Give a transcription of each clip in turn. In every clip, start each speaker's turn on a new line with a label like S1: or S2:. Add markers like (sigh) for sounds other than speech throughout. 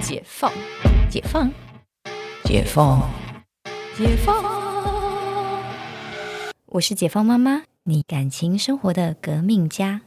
S1: 解放，解放，解放，解放。
S2: 我是解放妈妈，你感情生活的革命家。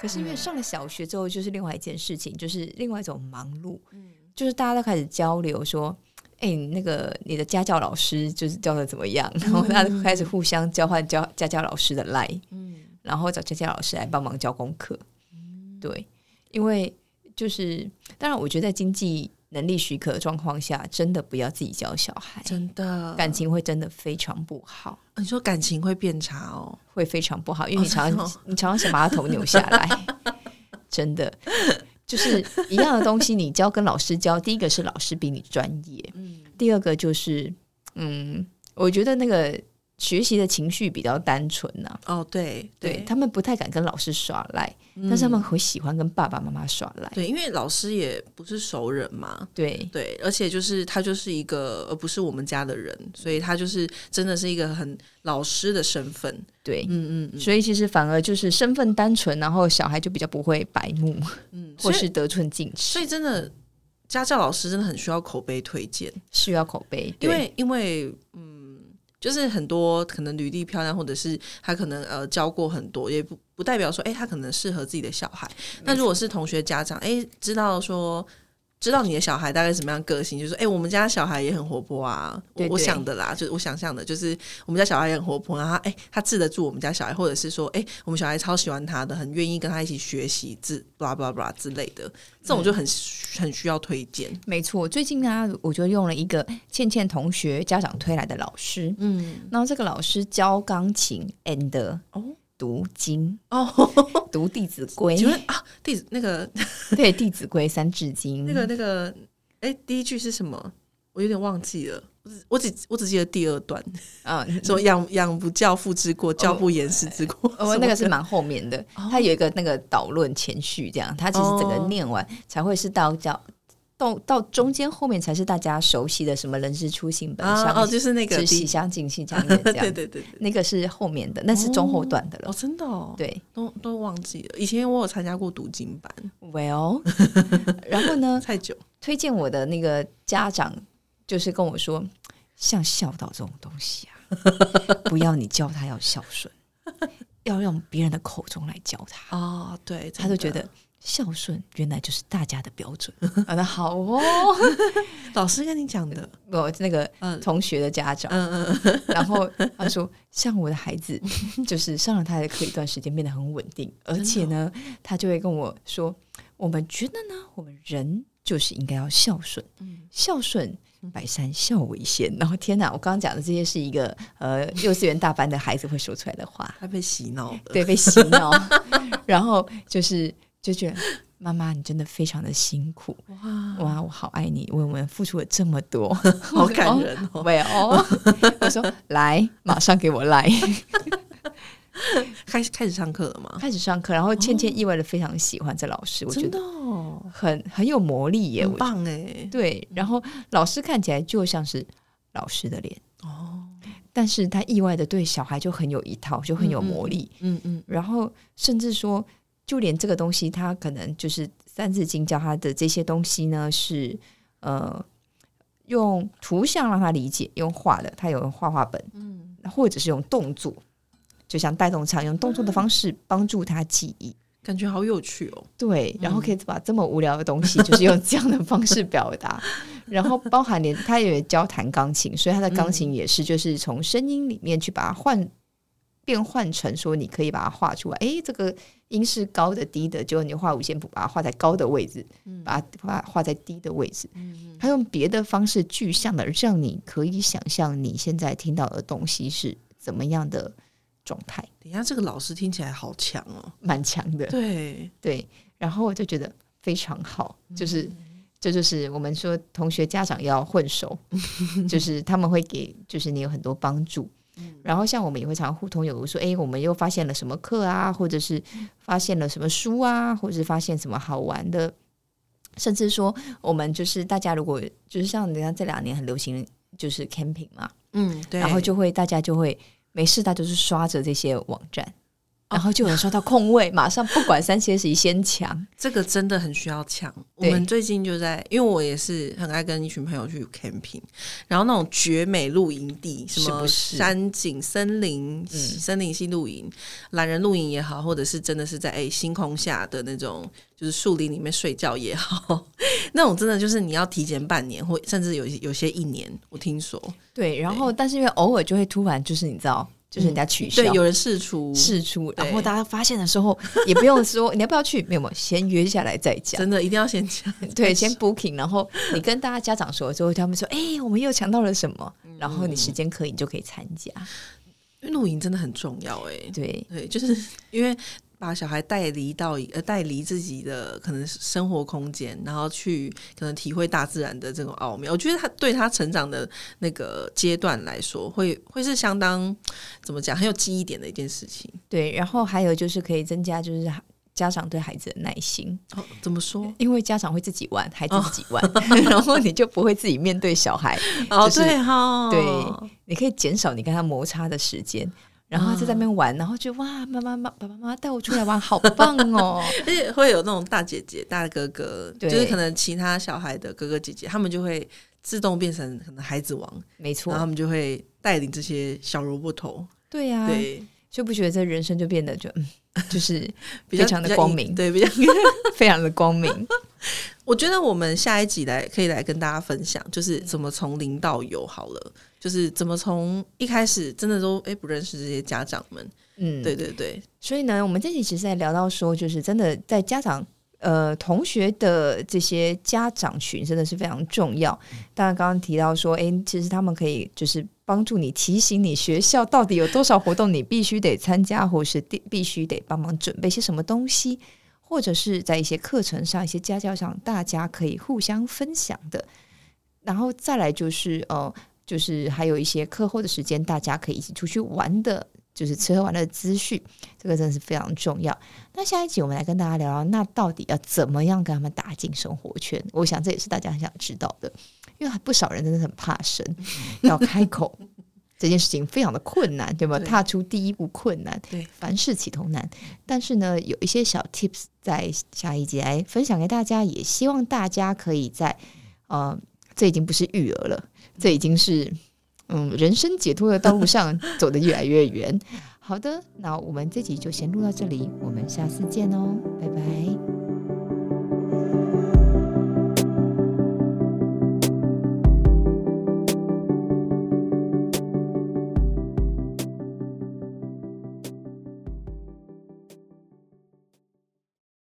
S1: 可是因
S3: 嗯
S1: 为上了小学之后，就是另外一件事情，就是另外一种忙碌，
S3: 嗯
S1: 就是大家都开始交流说。哎、你那个你的家教老师就是教的怎么样？然
S3: 嗯
S1: 后大家都开始互相交换教家教老师的赖，
S2: 嗯，
S1: 然后找家教老师来帮忙教功课。
S3: 嗯
S1: 对，因为就是当然，我觉得在经济能力许可的状况下，真的不要自己教小孩，
S3: 真的
S1: 感，情会真的非常不好，
S3: 你说感情会变差哦。
S1: 会非常不好，因为你常
S3: 真
S1: 常、 (laughs)
S3: 的哦
S1: 你常常想把他头扭下来，真的就是一样的东西，你教跟老师教，第一个是老师比你专业，
S3: 嗯，
S1: 第二个就是嗯，我觉得那个学习的情绪比较单纯呐、
S3: 哦，对
S1: 对他们不太敢跟老师耍赖，
S3: 嗯
S1: 但是他们会喜欢跟爸爸妈妈耍赖。
S3: 对，因为老师也不是熟人嘛。
S1: 对，
S3: 对，而且就是他就是一个，呃而不是我们家的人，所以他就是真的是一个很老师的身份。
S1: 对，
S3: 嗯嗯嗯
S1: 所以其实反而就是身份单纯，然后小孩就比较不会白目
S3: 嗯，
S1: 或
S3: 所
S1: 是
S3: 以
S1: 得寸进
S3: 所
S1: 尺，
S3: 以真的家教老师真的很需要口碑推荐，
S1: 需要口碑。
S3: 因
S1: 对
S3: 为因为嗯。就是很多可能履历漂亮，或者是他可能呃教过很多，也不不代表说，哎、他可能适合自己的小孩。那如果是同学家长，哎、知道说知道你的小孩大概什么样个性，就说，哎、我们家小孩也很活泼啊，
S1: 对
S3: 我我
S1: 对
S3: 想的啦，就是我想象的，就是我们家小孩也很活泼，然后哎、他治得住我们家小孩，或者是说，哎、我们小孩超喜欢他的，很愿意跟他一起学习，之 blah blah blah 之类的，这
S1: 嗯
S3: 种就很、很需要推荐。
S1: 没错，最近啊，我就用了一个倩倩同学家长推来的老师，
S3: 嗯，
S1: 然后这个老师教钢琴 and
S3: 哦
S1: 读经，
S3: 哦，
S1: 读《弟子规
S3: (laughs) 请》，问啊，弟子那个
S1: (laughs) 对，《弟子规》《三字经》
S3: 那个那个，哎、第一句是什么？我有点忘记了，我只我只我只记得第二 (laughs) 段，
S1: 啊，
S3: 什么养养不教，父之过；教不严，师之 (laughs) 过。
S1: 哦，那个是蛮后面的，它有一个那个导论前序，这样，它其实整个
S3: 哦
S1: 念完才会是到叫到到中间后面才是大家熟悉的什么人之初性本善、
S3: 啊哦，就是那个
S1: 知
S3: 第
S1: 其
S3: 一，
S1: 相近，性相远，这样
S3: (laughs) 对对对对，
S1: 那个是后面的，那是中后段的了。
S3: 哦，真的哦，
S1: 对
S3: 都都忘记了。以前我有参加过读经班，
S1: (laughs) ，Well，然后呢，
S3: 太久。
S1: 推荐我的那个家长就是跟我说，像孝道这种东西 (laughs) 啊，不要你教他要孝顺，要用别人的口中来教他。
S3: 哦，对，
S1: 他就
S3: 真
S1: 觉
S3: 的
S1: 得孝顺原来就是大家的标准。 (laughs) 啊，那好哦，
S3: 老师跟你讲的，
S1: 我那个
S3: 嗯
S1: 同学的家长，
S3: 嗯
S1: (laughs)
S3: 嗯，
S1: 然后他说，像我的孩子，就是上了他的课一段时间，变得很稳定，而
S3: 哦
S1: 且呢，他就会跟我说，我们觉得呢，我们人就是应该要孝顺，
S3: 嗯
S1: 孝顺。百善孝为先，然后天哪！我刚刚讲的这些是一个呃幼稚园大班的孩子会说出来的话，
S3: 他被洗脑了。
S1: 对，被洗脑， (laughs) 然后就是就觉得妈妈你真的非常的辛苦，
S3: 哇，
S1: 哇，我好爱你，为我们付出了这么多，
S3: (laughs) 好感人哦！
S1: 喂哦， (laughs) 我说来，马上给我来， (laughs)
S3: 开始开始上课了吗？
S1: 开始上课，然后倩倩意外的非常喜欢这老师，我觉
S3: 哦真的
S1: 得
S3: 哦，
S1: 很很有魔力耶，
S3: 很
S1: 我觉得
S3: 棒哎！
S1: 对，然后老师看起来就像是老师的脸，
S3: 哦，
S1: 但是他意外的对小孩就很有一套，就很有魔力，
S3: 嗯嗯，
S1: 然后甚至说，就连这个东西，他可能就是《三字经》教他的这些东西呢，是呃用图像让他理解，用画的，他有用画画本，嗯，或者是用动作，就像带动唱，用动作的方式帮助他记忆。
S3: 感觉好有趣哦。
S1: 对，然后可以把这么无聊的东西，就是用这样的方式表达，然后包含连他也教弹钢琴，所以他的钢琴也是就是从声音里面去把它换变换成说你可以把它画出来，诶，这个音是高的低的，结果你画五线谱把它画在高的位置，把它画画在低的位置，他用别的方式具象的让你可以想象你现在听到的东西是怎么样的状态，
S3: 等一下，这个老师听起来好强哦。
S1: 蛮强的。
S3: 对，
S1: 对，然后我就觉得非常好，就是、这就是我们说同学家长要混熟，就是他们会给就是你有很多帮助。然后像我们也会常常互通有无，说哎，诶我们又发现了什么课啊，或者是发现了什么书啊，或者是发现什么好玩的，甚至说我们就是大家如果就是像人家这两年很流行就是 camping 嘛，
S3: 嗯，对
S1: 然后就会大家就会没事，他就是刷着这些网站，然后就有说到空位， (laughs) 马上不管三七二十一先抢。
S3: 这个真的很需要抢。我
S1: 对
S3: 们最近就在，因为我也是很爱跟一群朋友去 camping，然后那种绝美露营地，什
S1: 是不
S3: 么
S1: 是嗯
S3: 山景、森林、森林系露营、懒人露营也好，或者是真的是在哎星空下的那种，就是树林里面睡觉也好， (laughs) 那种真的就是你要提前半年，或甚至有有些一年，我听说，
S1: 对，嗯然后但是因为偶尔就会突然就是你知道，就是人家取消。
S3: 对，有人试出
S1: 试出，
S3: 对
S1: 然后大家发现的时候，也不用说你要不要去，没有没有，先约下来再讲。
S3: 真的一定要先讲，
S1: 对，先 booking，然后你跟大家家长说了之后，他们说：“哎、我们又抢到了什么？”然后你时间可以，你就可以参加。
S3: 因为露营真的很重要哎、
S1: 对，
S3: 对，就是 (laughs) 因为把小孩带离到一呃带离自己的可能生活空间，然后去可能体会大自然的这种奥妙，我觉得他对他成长的那个阶段来说，会会是相当怎么讲很有记忆点的一件事情。
S1: 对，然后还有就是可以增加就是家长对孩子的耐心，
S3: 哦，怎么说？
S1: 因为家长会自己玩，孩子自己玩， (laughs) 然后你就不会自己面对小孩，
S3: (laughs) 哦，
S1: 就是
S3: 对 (laughs) 哈，
S1: 对你可以减少你跟他摩擦的时间。然后他就在那边
S3: 哦
S1: 玩，然后就哇，妈妈妈爸爸妈妈带我出来玩，好棒
S3: (laughs)
S1: 哦！
S3: 而且会有那种大姐姐、大哥哥，就
S1: 对
S3: 是可能其他小孩的哥哥姐姐，他们就会自动变成可能孩子王，
S1: 没
S3: 然后他
S1: 错，
S3: 们就会带领这些小萝卜头，
S1: 对呀、
S3: 对，
S1: 就不觉得这人生就变得就嗯，就是
S3: 比较
S1: 非常地
S3: 比较
S1: 光
S3: 一
S1: 明
S3: 对，比
S1: (laughs)
S3: 较 (laughs)
S1: 非常的光明。
S3: 我觉得我们下一集来可以来跟大家分享，就是怎么从零到有好了，就是怎么从一开始真的都哎、诶不认识这些家长们，
S1: 嗯，
S3: (laughs) 对对对，
S1: 所以呢，我们这集其实在聊到说，就是真的在家长。呃，同学的这些家长群真的是非常重要。当然，刚刚提到说，诶，哎其实他们可以就是帮助你提醒你学校到底有多少活动你必须得参加，或是必必须得帮忙准备些什么东西，或者是在一些课程上、一些家教上，大家可以互相分享的。然后再来就是呃，就是还有一些课后的时间，大家可以一起出去玩的，就是吃喝玩乐的资讯。这个真的是非常重要。那下一集我们来跟大家聊聊，那到底要怎么样跟他们打进生活圈？我想这也是大家很想知道的，因为不少人真的很怕生，要开口这件事情非常的困难，对吧？
S3: 对
S1: 踏出第一步困难，
S3: 对
S1: 凡事起头难。但是呢，有一些小 tips 在下一集来分享给大家，也希望大家可以在呃，这已经不是育儿了，这已经是。嗯，人生解脱的道路上走得越来越远，好的，那我们这集就先录到这里，我们下次见哦，拜拜。